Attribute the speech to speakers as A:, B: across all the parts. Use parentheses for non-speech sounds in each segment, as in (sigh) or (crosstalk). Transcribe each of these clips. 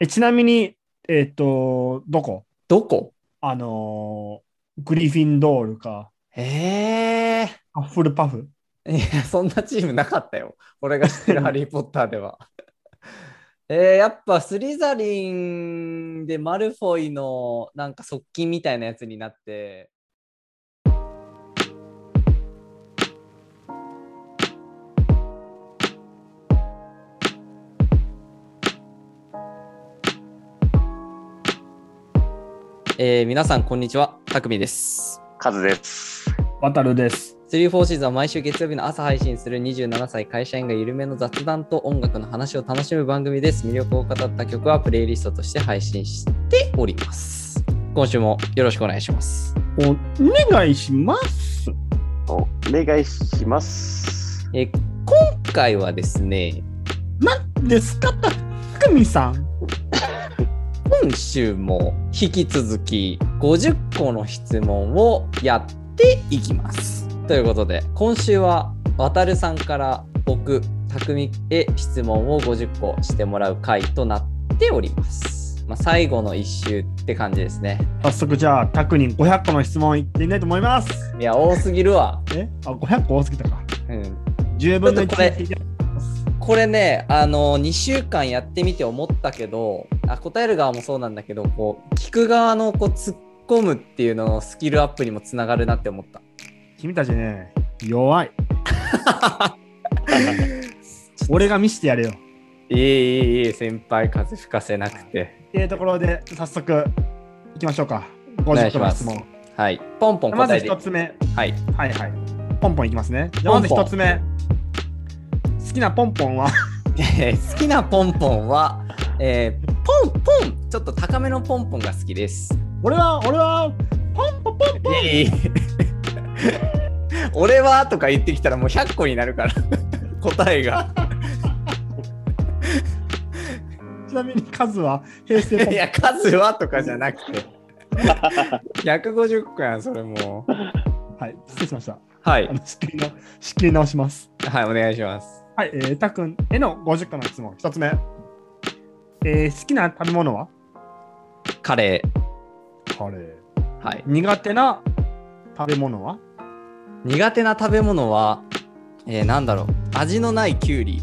A: えちなみに、えっ、と、どこ
B: どこ
A: あのーグリフィンドールか、
B: ええ
A: ハッフルパフ。
B: いや、そんなチームなかったよ。俺が知ってるハリー・ポッターでは。えー、やっぱスリザリンでマルフォイのなんか側近みたいなやつになって。えー、皆さん、こんにちは。たくみです。
C: カズです。
A: 渡るです。
B: 34シーズンは毎週月曜日の朝配信する27歳会社員が緩めの雑談と音楽の話を楽しむ番組です。魅力を語った曲はプレイリストとして配信しております。今週もよろしくお願いします。
A: お願いします。
C: お願いします。
B: えー今回はですね、
A: ですかたくみさん。
B: 今週も引き続き50個の質問をやっていきます。ということで、今週は渡るさんから僕、匠へ質問を50個してもらう回となっております。まあ、最後の1周って感じですね。
A: 早速じゃあ、たくに500個の質問いってみたいと思います。
B: いや、多すぎるわ。
A: えあ、500個多すぎたか。
B: うん、
A: 10分の
B: ちょっとこれ
A: 1で。
B: これね、あの、2週間やってみて思ったけど、あ答える側もそうなんだけど、こう、聞く側のこう突っ込むっていうののスキルアップにもつながるなって思った。
A: 君たちね、弱
B: (laughs)
A: い。俺が見せてやれよ。
B: いえいえいえ、先輩、風吹かせなくて。
A: っていうところで、早速、いきましょうか。
B: 願
A: 50
B: いし
A: 個の
B: ます
A: 質問。
B: はい。ポンポン
A: まず
B: 答えて。
A: 1つ目。
B: はい。
A: はいはい。ポンポンいきますね。じゃあまず
B: ポンポン
A: 1つ目。好きなポンポンは
B: えー好きなポンポンは、えーポンポン、ちょっと高めのポンポンが好きです。
A: (laughs) 俺は、俺は、ポンポンポンポン
B: いえいえ (laughs) 俺はとか言ってきたらもう100個になるから、 (laughs) 答えが。 (laughs)
A: ちなみに数は平成ポンポ
B: い
A: ン。
B: や、数はとかじゃなく (laughs) て。150個やん、それもう。
A: はい、失礼しました。
B: は
A: あ
B: い。
A: の仕切りの仕切り直します。
B: はい、お願いします。
A: はい、えー、たくんへの50個の質問。1つ目。えー好きな食べ物は
B: カレ
A: カレー。
B: ー。はい。
A: 苦手な食べ物は
B: 苦手な食べ物は、えー、なんだろう。味のないキュウリ。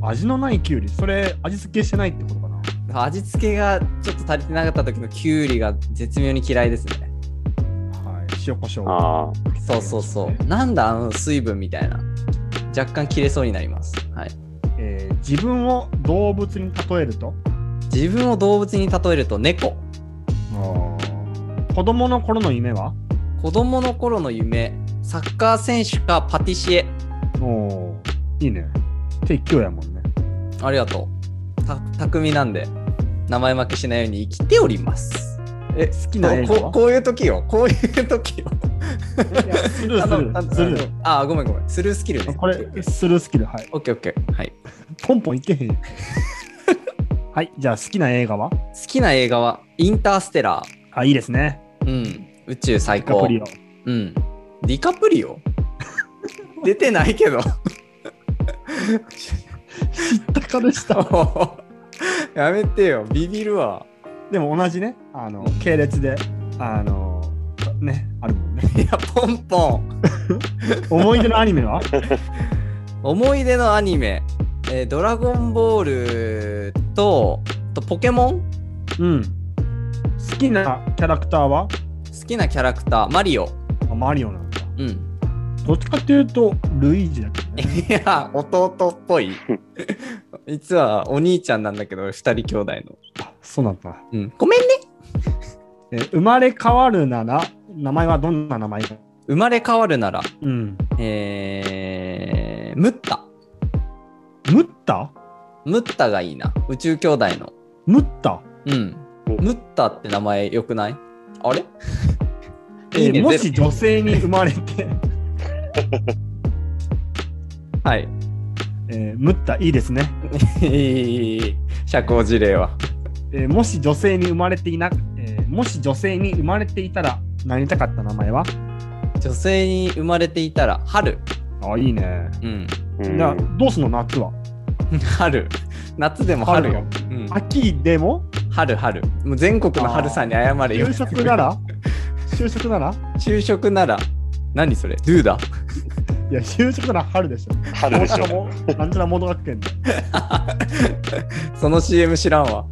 A: 味のないきゅうり。それ、味付けしてないってことかな。
B: 味付けがちょっと足りてなかった時のキュウリが絶妙に嫌いですね。
A: はい、塩コショウ。
C: あ
B: そうそうそう。なんだ、あの水分みたいな。若干切れそうになります。はい。
A: えー自分を動物に例えると
B: 自分を動物に例えると猫。
A: 子供の頃の夢は
B: 子供の頃の夢、サッカー選手かパティシエ。
A: おいいね。手器用やもんね。
B: ありがとう。た、匠なんで、名前負けしないように生きております。
A: え、好きな映画
B: こう
A: は
B: こういう時よ、こういう時よ。
A: いやスル
B: あのあ
A: ー
B: の
A: スルースル
B: ああ、ごめんごめん。スルースキルね。
A: ー。これ、スルースキル。はい。
B: オッケーオッケー。はい。
A: ポンポンいけへんよ (laughs) はい、じゃあ好きな映画は
B: 好きな映画は、インターステラー。
A: あ、いいですね。
B: うん。宇宙最
A: カ
B: 高
A: プ。リオ。
B: うん。ディカプリオ (laughs) 出てないけど。
A: 知ったかでした。
B: (laughs) やめてよ、ビビるわ。
A: でも同じね、あの、系列で、あの、ね、あるもんね。
B: いや、ポンポン。
A: (laughs) 思い出のアニメは
B: 思い出のアニメ、えードラゴンボールと、とポケモン
A: うん。好きなキャラクターは
B: 好きなキャラクター、マリオ。
A: あマリオなんだ。
B: うん。
A: どっちかっていうと、ルイージだけど (laughs) ね。
B: いや、弟っ
A: (laughs)
B: ぽい。実はお兄ちゃんなんだけど、二人兄弟の。
A: あそうなんだ。
B: うん。ごめんね。
A: えー生まれ変わるなら、名前はどんな名前か。
B: 生まれ変わるなら、
A: うん。
B: えー、ムッタ。
A: ムッタ
B: ムッタがいいな。宇宙兄弟の。
A: ムッタ
B: うん。
C: お
B: ムッタって名前良くないあれ
A: えー
B: いいね
A: も
B: ゼ
A: し女性に生まれて、 (laughs)
B: ロはい。
A: えームッタいいですね、
B: いいいいいい (laughs) 社交辞令は。
A: えーもし女性に生まれていな、えーもし女性に生まれていたら、なりたかった名前は
B: 女性に生まれていたら春。
A: あ、いいね。
B: うん。 (laughs)
C: ーうん
A: じゃあ、どうすんの夏は。
B: 春。夏でも春よ。うん
A: 秋でも
B: 春春。もう全国の春さんに謝れよ
A: 就。職
B: (laughs)
A: なら就職なら
B: 就職なら、何それドゥだ。 (laughs)
A: いや、就職なら春でしょ。
C: 春でしょ。
A: ょ。なんちゃら物学研で。
B: その CM 知らんわ。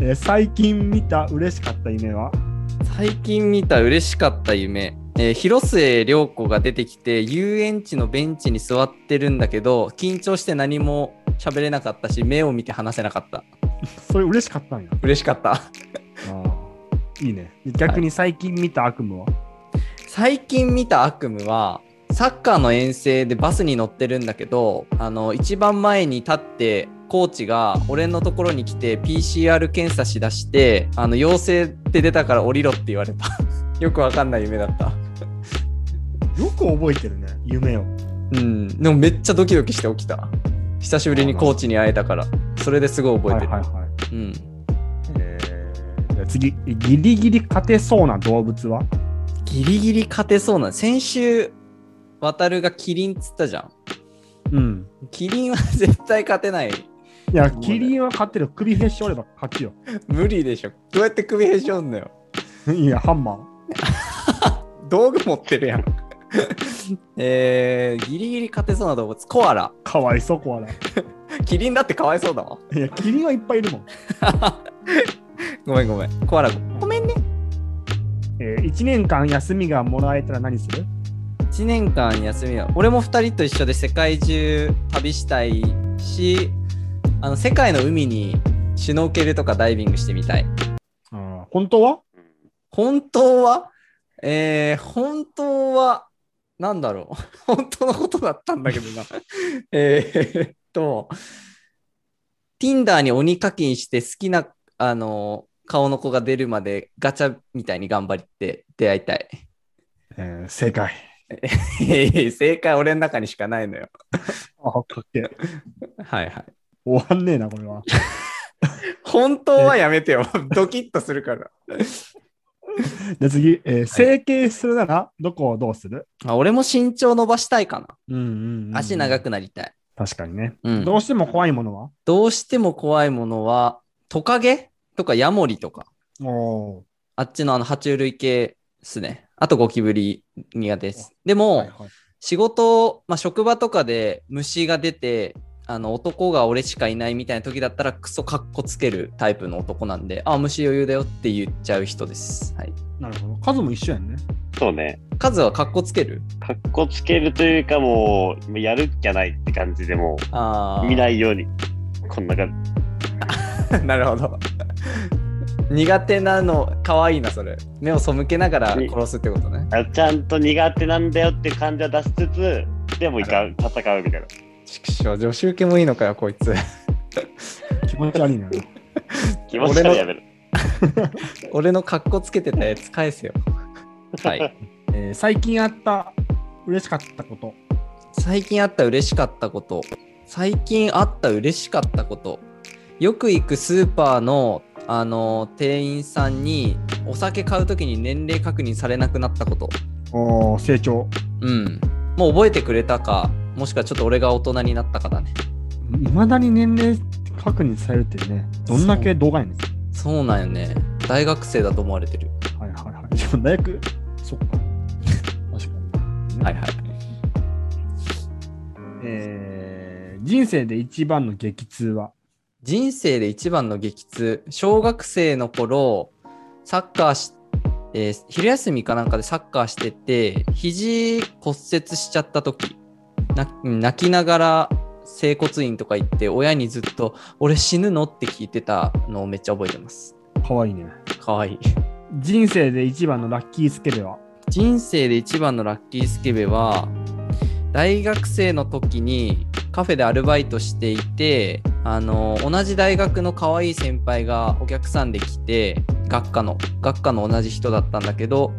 A: えー最近見た嬉しかった夢は
B: 最近見た嬉しかった夢、えー広末涼子が出てきて遊園地のベンチに座ってるんだけど緊張して何も喋れなかったし目を見て話せなかった
A: それ嬉しかったんや。
B: 嬉しかった (laughs)
A: あーいいね。逆に最近見た悪夢は、
B: 最近見た悪夢はサッカーの遠征でバスに乗ってるんだけどあの一番前に立ってコーチが俺のところに来て PCR 検査しだしてあの陽性って出たから降りろって言われた (laughs) よくわかんない夢だった
A: よく覚えてるね、夢を。
B: うん、でもめっちゃドキドキして起きた。久しぶりにコーチに会えたから、それですごい覚えてる。
A: はいはいはい。
B: うん。
A: えーじゃあ次、ギリギリ勝てそうな動物は
B: ギリギリ勝てそうな。先週、渡るがキリンっつったじゃん。
A: うん。
B: キリンは絶対勝てない。
A: いや、キリンは勝ってる。首へし折れば勝ちよ。
B: 無理でしょ。どうやって首へし折んのよ。
A: (laughs) いや、ハンマー。
B: 道具持ってる (laughs) やん。えー、ギリギリ勝てそうな動物。コアラ。
A: かわいそう、コアラ。
B: キリンだってかわいそうだわ。
A: いや、キリンはいっぱいいるもん。
B: (laughs) ごめんごめん。コアラ、ごめんね。
A: えー、1年間休みがもらえたら何する
B: 1年間休みは俺も2人と一緒で世界中旅したいしあの世界の海にシュノーケルとかダイビングしてみたい
A: あー本当は
B: 本当はえー、本当はなんだろう (laughs) 本当のことだったんだけどなえーっと Tinder に鬼課金して好きなあの顔の子が出るまでガチャみたいに頑張って出会いたい
A: (laughs)
B: (laughs)
A: えー、正解。
B: 正解俺の中にしかないのよ
A: あー、かっけえ。
B: はいはい
A: 終わんねえな、これは。
B: 本当はやめてよ。 (laughs) ドキッとするから。
A: じゃあ次、えー整形するならどこをどうする、
B: あ俺も身長伸ばしたいかな。
A: うんうん
B: 足長。くなりたい。
A: 確かにね。
B: うん
A: どうしても怖いものは
B: どうしても怖いものは、トカゲとかヤモリとか、
A: おー
B: あっちのあの爬虫類系ですね。あとゴキブリ苦手です。で
A: はい
B: も、
A: はい
B: 仕事、まあ、職場とかで虫が出て、あの男が俺しかいないみたいな時だったらクソカッコつけるタイプの男なんで、あ、虫余裕だよって言っちゃう人です。はい。
A: なるほど。数も一緒やんね。
C: そうね。
B: カズはカッコつける
C: かっこつけるというかもう、やるっきゃないって感じでも
B: あ
C: う、
B: あ。
C: 見ないように。こんな感
B: (laughs) なるほど。苦手なの、可愛いな、それ。目を背けながら殺すってことね。
C: じ。あちゃんと苦手なんだよって感じは出しつつ、でも一回戦うみたいな。
B: ちくしょう、女子受けもいいのかよ、こいつ。 (laughs)
A: 気持ち悪いな。
C: 気持ちからやめる。
B: 俺の格好つけてたやつ返せよ。はい。
A: えー最近あった嬉しかったこと。
B: 最近あった嬉しかったこと。最近あった嬉しかったこと。よく行くスーパーの、あの、店員さんに、お酒買うときに年齢確認されなくなったこと。
A: おー成長。
B: うん。もう覚えてくれたか、もしくはちょっと俺が大人になったかだね。
A: いまだに年齢確認されるってね、どんだけ動画やねん。
B: そうなんよね。大学生だと思われてる。
A: はいはいはい。でも大学、そっか。確かに。
B: はいはい。
A: えー人生で一番の激痛は
B: 人生で一番の激痛。小学生の頃、サッカーし、えー昼休みかなんかでサッカーしてて、肘骨折しちゃった時、な泣きながら整骨院とか行って、親にずっと、俺死ぬのって聞いてたのをめっちゃ覚えてます。
A: 可愛いね。
B: かわいい。
A: 人生で一番のラッキースケベは
B: 人生で一番のラッキースケベは大学生の時にカフェでアルバイトしていてあの同じ大学の可愛い先輩がお客さんで来て学科の学科の同じ人だったんだけど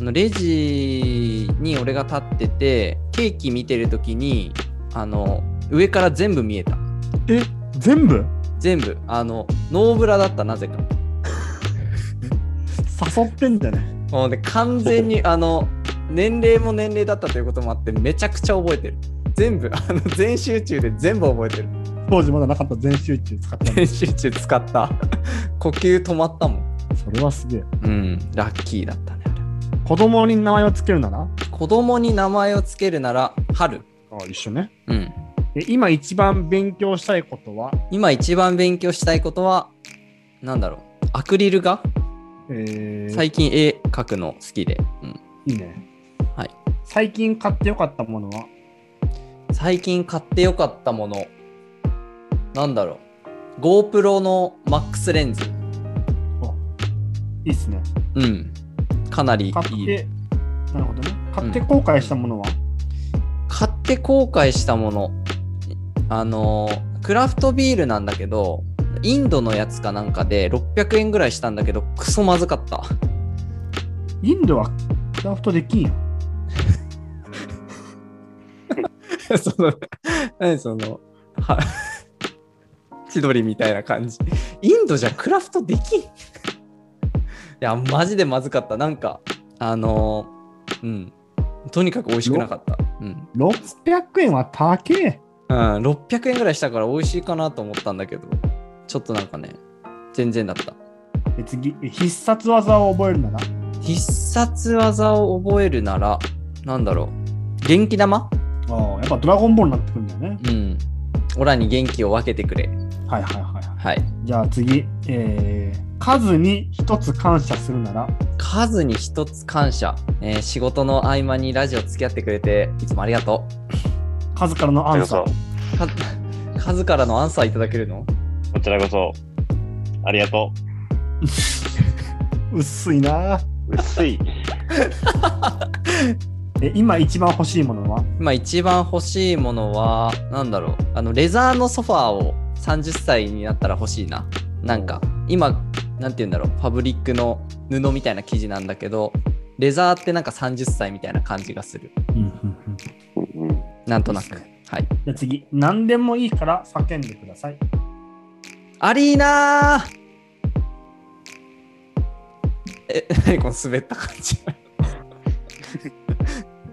B: あのレジに俺が立っててケーキ見てる時にあの上から全部見えた
A: え全部
B: 全部あのノーブラだったなぜか
A: 誘ってんだね。
B: もうね完全 (laughs) にあの年齢も年齢だったということもあってめちゃくちゃ覚えてる全部あの全集中で全部覚えてる
A: 当時まだなかった全集中使って
B: 全集中使った (laughs) 呼吸止まったもん。
A: (laughs) それはすげえ。
B: うん、ラッキーだったね。あれ
A: 子供に名前をつけるなら
B: 子供に名前をつけるなら、春。
A: あ一緒ね。
B: うん。
A: で今一番勉強したいことは、
B: 今一番勉強したいことは、なんだろう。アクリル画
A: えー、
B: 最近絵描くの好きで。うん。
A: いいね。
B: はい。
A: 最近買ってよかったものは
B: 最近買ってよかったもの。なんだろう。GoPro の MAX レンズ。
A: いいっすね。
B: うん。かなりいい。
A: 買って、なるほどね。買って後悔したものは、
B: 買って後悔したものあのクラフトビールなんだけどインドのやつかなんかで600円ぐらいしたんだけどクソまずかった
A: インドはクラフトできんよ。
B: (laughs) その何そのは (laughs) 千鳥みたいな感じインドじゃクラフトできんいやマジでまずかったなんかあのうんとにかく美味しくなかった、うん
A: 600円は高え。
B: うん、600円ぐらいしたから美味しいかなと思ったんだけどちょっとなんかね全然だった
A: で次、え必殺技を覚えるなら
B: 必殺技を覚えるなら、なんだろう。元気玉
A: ああ、やっぱドラゴンボールになってくるんだよね。
B: うん。オラに元気を分けてくれ。
A: はいはいはいは
B: はい。
A: い。じゃあ次、えー、数に一つ感謝するなら
B: 数に一つ感謝、えー仕事の合間にラジオ付き合ってくれて、いつもありがと
A: 数からのアンサ
C: こ
A: ー。
B: う。か (laughs) 数からのアンサーいただけるの
C: そこちらこそありがと
A: 薄いなあ
C: う薄い
A: え今一番欲しいものは
B: 今一番欲しいものは、なんだろう。あの、レザーのソファーを30歳になったら欲しいな。なんか、今、なんて言うんだろう。ファブリックの布みたいな生地なんだけど、レザーってなんか30歳みたいな感じがする。
A: うんうんうんじ
C: (laughs) うん
B: なんとなく。
A: です
B: はい。
A: ゃあ次何でもいいから叫んでください
B: アリーナーえ、 (laughs) 何この滑った感じ。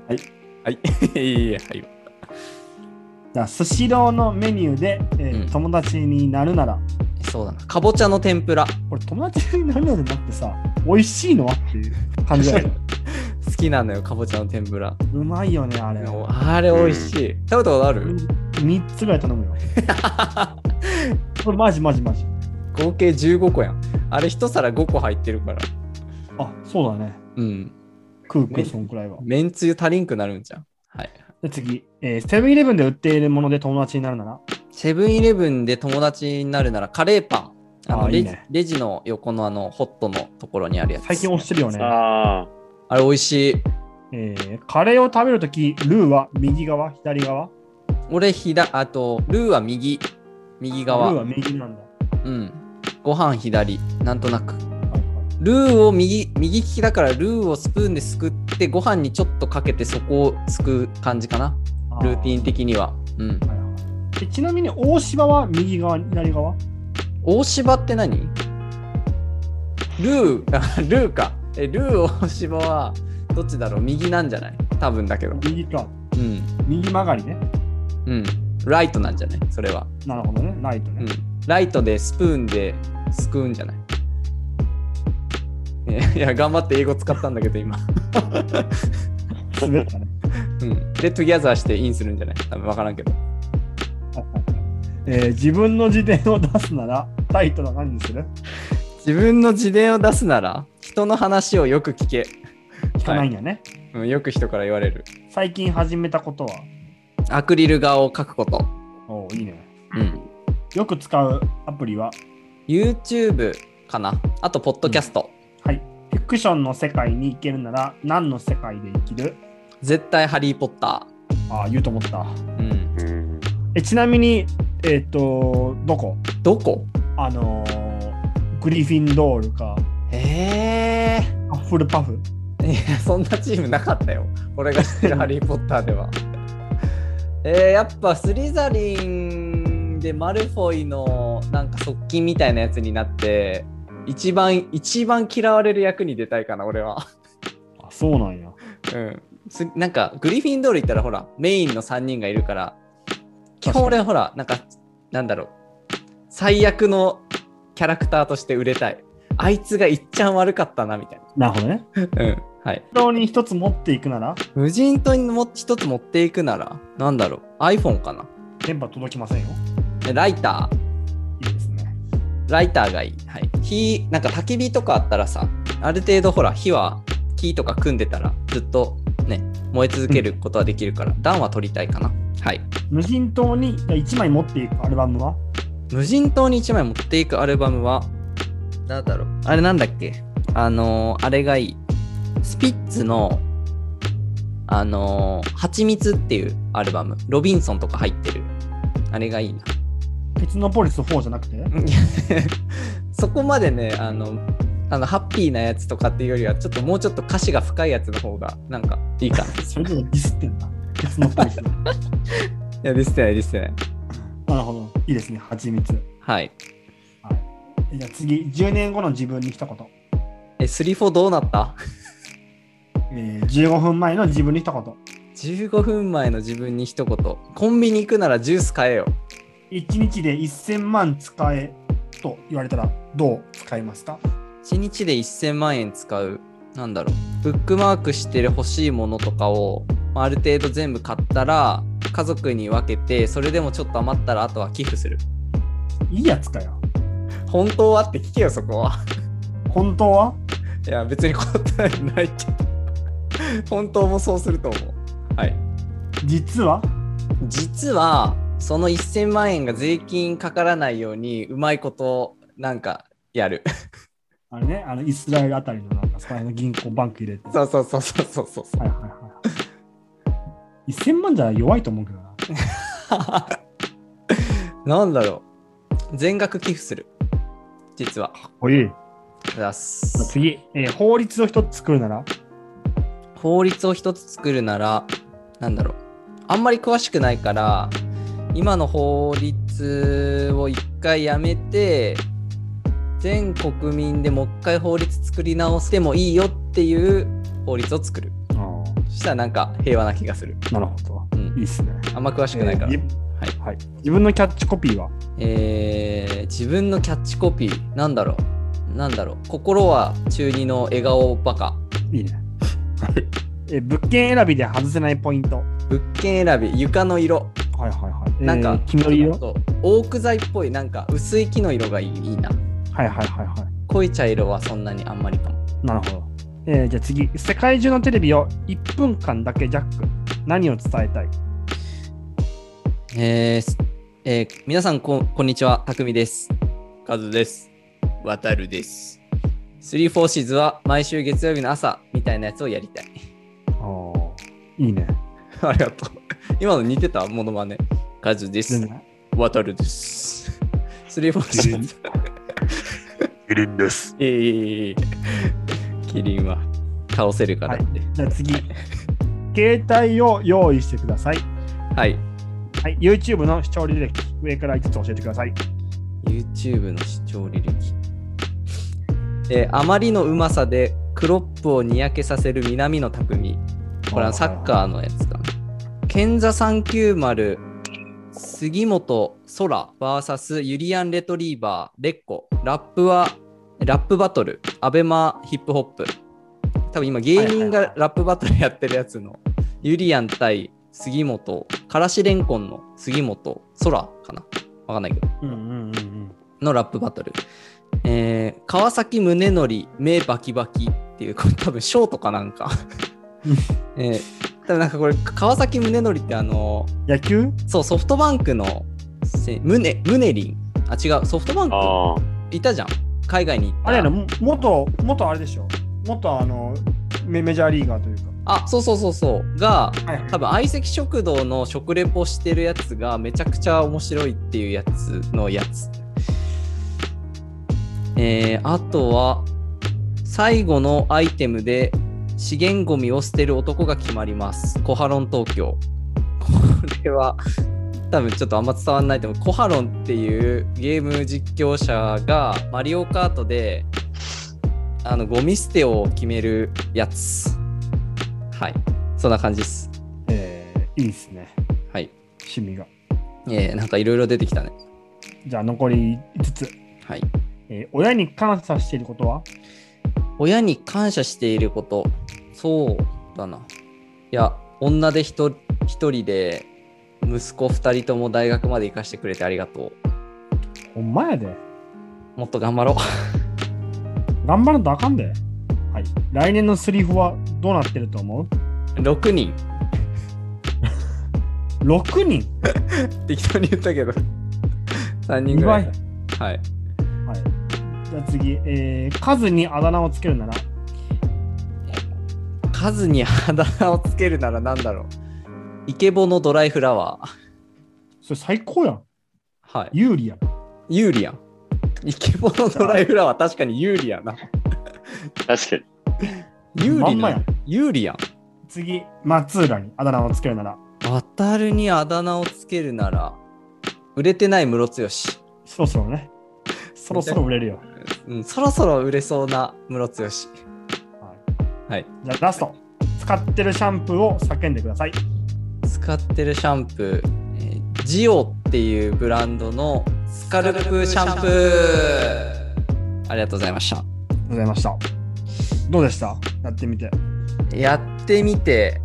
A: はい。
B: はい。いいえ、はい。
A: じゃあスシローのメニューで、えー
B: うん
A: 友達になるなら
B: そうだな。かぼちゃの天ぷら。
A: これ友達になるならだってさ美味しいのはっていう感じだよ (laughs) ね
B: 好きなのよ、かぼちゃの天ぷら。
A: うまいよねあれ
B: あれ、美味しい。食べたことある
A: 3つぐらい頼む (laughs) よこれマジマジマジ
B: 合計15個やん。あれ、一皿5個入ってるから。
A: あそうだね
B: うん。
A: 食う食うそんくらいは
B: めんつゆ足りんくなるんじゃん。はい。
A: で次、えーセブンイレブンで売っているもので友達になるなら
B: セブンイレブンで友達になるならカレーパン。あの
A: あー
B: レ
A: いい
B: ジ
A: ね
B: レジの横のあのホットのところにあるやつ。
A: 最近押してるよね
C: ああ
B: あれ美味しい。
A: えーカレーを食べるとき、ルーは右側、左側
B: 俺左、あと、ルーは右。右側。
A: ルーは右なんだ。
B: うん。ご飯左。なんとなく。
A: はいはい
B: ルーを右、右利きだからルーをスプーンですくって、ご飯にちょっとかけてそこをすくう感じかな。
A: あ
B: ルーティン的には。うん。
A: はいはいでちなみに大芝は右側、左側
B: 大芝って何ルー、あルーか。え、ルー大芝は、どっちだろう右なんじゃない多分だけど。
A: 右か。
B: うん。
A: 右曲がりね。
B: うん。ライトなんじゃないそれは。
A: なるほどね。ライト
B: う
A: ね
B: ん。。ライトでスプーンですくうんじゃないねいや、頑張って英語使ったんだけど、今。
A: 滑ったね。 (laughs)
B: うん。で、トゥギャザーしてインするんじゃない多分わからんけど。
A: えー自分の自伝を出すなら、タイトルは何にする
B: 自分の自伝を出すなら、人の話をよく聞け。
A: 聞かないんやね。
B: うん、よく人から言われる。
A: 最近始めたことは
B: アクリル画を描くこと。
A: おーいいね。
B: うん。
A: よく使うアプリは
B: YouTube かな。あと、ポッドキャスト。
A: はい。フィクションの世界に行けるなら、何の世界で生きる
B: 絶対ハリー・ポッタ
A: ああ、言うと思った。
B: ー。うん。
C: うん
A: えちなみに、えっ、と、どこ
B: どこ
A: あのーグリフィンドールか、
B: え
A: アッフルパフ。
B: ー。いや、そんなチームなかったよ。俺が知ってるハリー・ポッターでは。 (laughs) えー、やっぱスリザリンでマルフォイのなんか側近みたいなやつになって、一番、一番嫌われる役に出たいかな、俺は。
A: あ、そうなんや。
B: うん、すなんかグリフィンドール行ったらほらメインの3人がいるから基
A: 確
B: 本
A: かに
B: 俺ほらなんかなんだろう最悪のキャラクターとして売れたい。あいつがいっちゃん悪かったな、みたい
A: なるほどね。
B: な。うん。はい。
A: 本当に一つ持っていくなら、
B: 無人島にも一つ持っていくなら、なんだろう。iPhone かな。
A: 電波届きませんよ。
B: えライター。
A: いいですね。
B: ライターがいい。はい。火、なんか焚き火とかあったらさ、ある程度ほら、火は木とか組んでたら、ずっとね、燃え続けることはできるから、暖は取りたいかな。はい。
A: 無人島に1枚持っていくアルバムは
B: 無人島に1枚持っていくアルバムは、なんだろう。あれなんだっけあのーあれがいい。スピッツの、あのー、蜂蜜っていうアルバム。ロビンソンとか入ってる。あれが (laughs) いいな。
A: テツノポリス4じゃなくて
B: いやそこまでねあのあのハッピーなやつとかっていうよりはちょっともうちょっと歌詞が深いやつの方がなんかい (laughs) いかない
A: それでもディスってんだ。テツノポリス。
B: やディスってないディスってない
A: (laughs) なるほど。いいですね。蜂蜜。
B: はい
A: じゃあ次、10年後の自分に一言。
B: えスリフォどうなった (laughs)
A: えー、15分前の自分に一言。
B: 15分前の自分に一言コンビニ行くならジュース買えよ
A: 1日で1000万使えと言われたらどう使いますか
B: 1日で1000万円使うなんだろうブックマークしてる欲しいものとかをまあある程度全部買ったら家族に分けてそれでもちょっと余ったらあとは寄付する
A: いいやつかよ。
B: 本当はって聞けよそこは (laughs)
A: 本当はい
B: や、別に答えないけど、 (laughs) 本当もそうすると思う。はい。
A: 実は
B: 実は、その1000万円が税金かからないように、うまいこと、なんか、やる。
A: あれね、あのイスラエルあたりのなんかそこら辺の銀行バンク入れて。
B: (laughs) そうそうそうそうそうそうそう。
A: はいはいはい。1000万じゃ弱いと思うけどな。
B: なんだろう。全額寄付する。実は。
A: おい。
B: 出す。
A: 次、えー法律を一つ作るなら
B: 法律を一つ作るなら、なんだろう。あんまり詳しくないから、今の法律を一回やめて、全国民でもう一回法律作り直してもいいよっていう法律を作る。そしたらなんか平和な気がする。
A: なるほど。
B: うん
A: いい。っすね。
B: あんま詳しくないから。
A: え
B: え
A: ーはい、自分のキャッチコピーは
B: ー自分のキャッチコピー、なんだろう。なんだろう。心は中二の笑顔バカ。
A: いいね。えー物件選びで外せないポイント。は
B: 物件選び、床の色。
A: いはいはい。
B: なんか、
A: 黄緑色。
B: そうオーク材っぽいなんか薄い木の色がいいいいな
A: はいはいはいは
B: 濃い茶色はそんなにあんまりかも
A: い。なるほど。えーじゃあ次、世界中のテレビを1分間だけジャック。何を伝えたい
B: えーすえー皆さんここんにちはたくみですカズですわたるです34シーズは毎週月曜日の朝みたいなやつをやりたい
A: あいいね。
B: (laughs) ありがとう今の似てたモノマネカズで
A: 全
B: す
A: 然
B: わたるです34シーズ
D: キリンです。
B: えー、 (laughs) キリンは倒せるからって
A: じゃあ次、携帯を用意してください。
B: はい
A: はい、YouTube の視聴履歴、上から5つ教えてください。
B: YouTube の視聴履歴、えーあまりのうまさでクロップをにやけさせる南野拓実これはサッカーのやつかな賢座390杉本空 VS ユリアン・レトリーバーレッコラップはラップバトルアベマヒップホップ多分今芸人
A: はい
B: が
A: は
B: ラップバトルやってるやつのユリアン対杉本からしれんこんの杉本空かなわかんないけど
A: うんうんうんうん。
B: のラップバトル。えー川崎宗則、目バキバキっていう、これ多分ショートかなんか。 (laughs) えー、多分なんかこれ、川崎宗則ってあの、
A: 野球
B: そう、ソフトバンクのせ、宗、宗林。あ、違う、ソフトバンク
C: ああ。
B: いたじゃん。海外に行った。
A: あれやな、も元、元あれでしょ。元あの、メメジャーリーガーというか。
B: あ、そうそうそうそう。が、
A: はいはい
B: 多分相席食堂の食レポしてるやつがめちゃくちゃ面白いっていうやつのやつ。えー、あとは最後のアイテムで資源ゴミを捨てる男が決まります。コハロン東京。これは多分ちょっとあんま伝わんないと思う。コハロンっていうゲーム実況者がマリオカートであのゴミ捨てを決めるやつ。はい。そんな感じです。
A: えー、いいっすね。
B: はい。
A: 趣味が。
B: えー、なんかいろいろ出てきたね。
A: じゃあ残り5つ。
B: はい。
A: えー親に感謝していることは
B: 親に感謝していることそうだないや女で一人一人で息子二人とも大学まで行かしてくれてありがと
A: ほんまやで。
B: うもっと頑張ろう
A: 頑張らんとあかんで。はい。来年のスリフはどうなってると思う
B: (laughs) 6人
A: ?6 人
B: 適当に言ったけど3人ぐらいはい
A: はい。じゃあ次、えー、数にあだ名をつけるなら、
B: 数にあだ名をつけるなら何だろうイケボのドライフラワー
A: それ最高やん。
B: はい
A: 有利やん。
B: ユーリアンイケボのドライフラワー確かにユーリアンな
C: 確かに。
B: ユー
A: ま
B: リ
A: んまや
B: なんユーリアン
A: 次、松浦にあだ名をつけるなら、
B: 渡るにあだ名をつけるなら売れてないムロツヨシ
A: そろそろね、そろそろ売れるよ。
B: うん、そろそろ売れそうなムロツヨシ
A: は
B: はい
A: じゃあラスト、使ってるシャンプーを叫んでください。
B: 使ってるシャンプー、えージオっていうブランドのスカルプシャンプーありがとうございました
A: ございました。どうでしたやってみて。
B: やってみて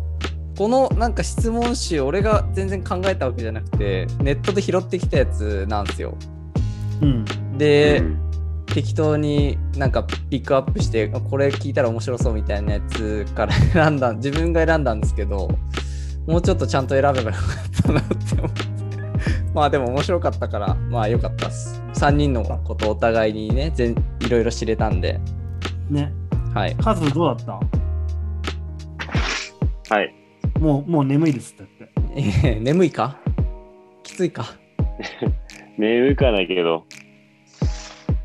B: このなんか質問集俺が全然考えたわけじゃなくてネットで拾ってきたやつなんですよ
A: うん。
B: で、
C: うん
B: 適当になんかピックアップしてあこれ聞いたら面白そうみたいなやつから選んだ (laughs) 自分が選んだんですけどもうちょっとちゃんと選べばよかったなって思って (laughs) まあでも面白かったからまあよかったっす3人のことお互いにね全いろいろ知れたんで
A: ね、
B: はい
A: 数どうだっ
C: はい。
A: たもう、もう眠いですって言って。
B: えー眠いかきついか
C: 眠いかないけど。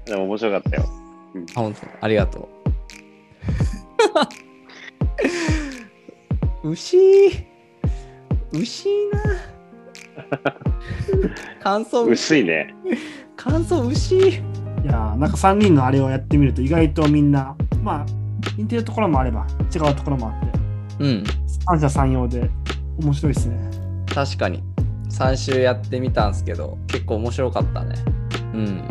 C: でも面白かったよ。
B: あ本当ありがと (laughs) う牛牛な感想
C: 薄いね。
B: 感想牛
A: いやーなんか3人のあれをやってみると意外とみんな、まあ、似てるところもあれば、違うところもあって、
B: うん
A: 三者三様で面白いですね。
B: 確かに3週やってみたんすけど結構面白かったねうん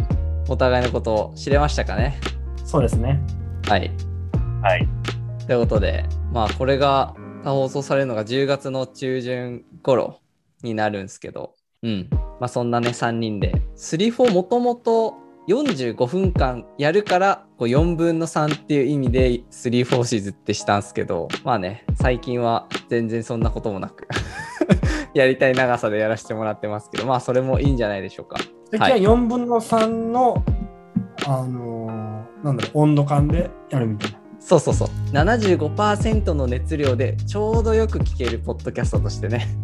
B: お互いのことを知れましたかね
A: そうですね。
B: はい
C: はい。
B: ということで、まあ、これが放送されるのが10月の中旬頃になるんですけど、うん。まあ、そんなね、3人で。スリフォもともと45分間やるから、こう4分の3っていう意味で、スリーフォーシーズってしたんですけど、まあね、最近は全然そんなこともなく、 (laughs) やりたい長さでやらせてもらってますけど、まあ、それもいいんじゃないでしょうか。
A: 次
B: は
A: はい4分の3の、あのーなんだろう、温度感でやるみたいな。
B: そうそうそう。75%の熱量でちょうどよく聞けるポッドキャストとしてね。 (laughs)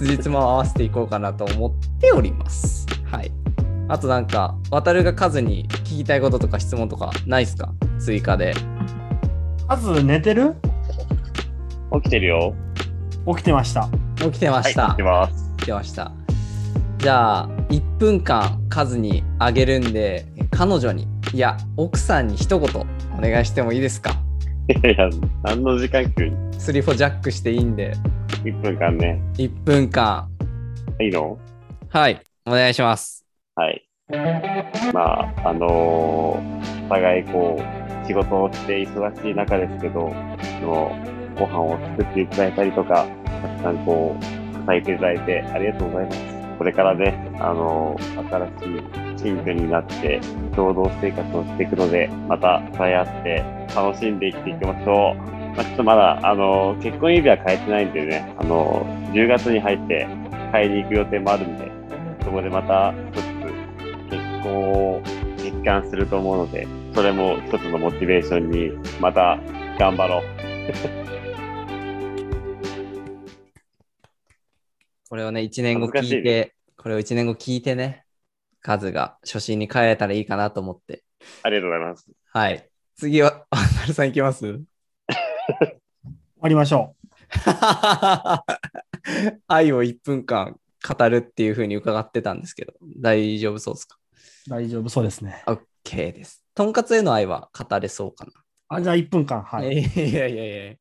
B: 辻褄を合わせていこうかなと思っております。はい。あとなんか、渡るが数に聞きたいこととか質問とかないですか追加で。
A: まず寝てる
C: 起きてるよ。
A: 起きてました。
B: 起きてま
C: は
B: し
C: い。
B: た。
C: 起きてます。
B: 来てましたじゃあ1分間数にあげるんで彼女にいや奥さんに一言お願いしてもいいですか
C: いや、何の時間急に
B: スリフォジャックしていいんで
C: ?1 分間ね。
B: 1分間
C: いいの
B: はいお願いします
C: はい。まあ、あのーお互いこう、仕事をして忙しい中ですけど、そのご飯を作っていただいたりとか、たくさんこう、支えていただいてありがとうございます。これからね、あのー新しい新居になって、共同生活をしていくので、また支え合って、楽しんで生きていきましょう。まあ、ちょっとまだ、あのー結婚指輪変えてないんでね、あのー10月に入って買いに行く予定もあるんで、そこでまた一つ結婚を実感すると思うので、それも一つのモチベーションにまた頑張ろう。
B: これをね1年後
C: 恥ずかしい
B: 聞いてこれを1年後聞いてね数が初心に帰れたらいいかなと思って
C: ありがとうございます。
B: はい次はあなるさんいきます
C: (laughs)
A: 終わりましょ
B: 愛を1分間語るっていうふうに伺ってたんですけど大丈夫そうですか
A: う。大丈夫そうですね。
B: オッケーです。とんかつへの愛は語れそうかな。
A: あじゃあ1分間。はい。
B: (laughs) い、やいやいやいや。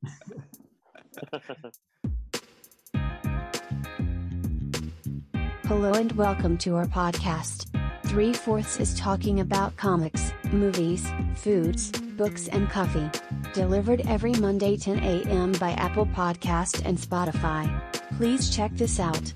E: Hello and welcome to our podcast. Three fourths is talking about comics, movies, foods, books, and coffee. Delivered every Monday 10 a.m. by Apple Podcast and Spotify. Please check this out.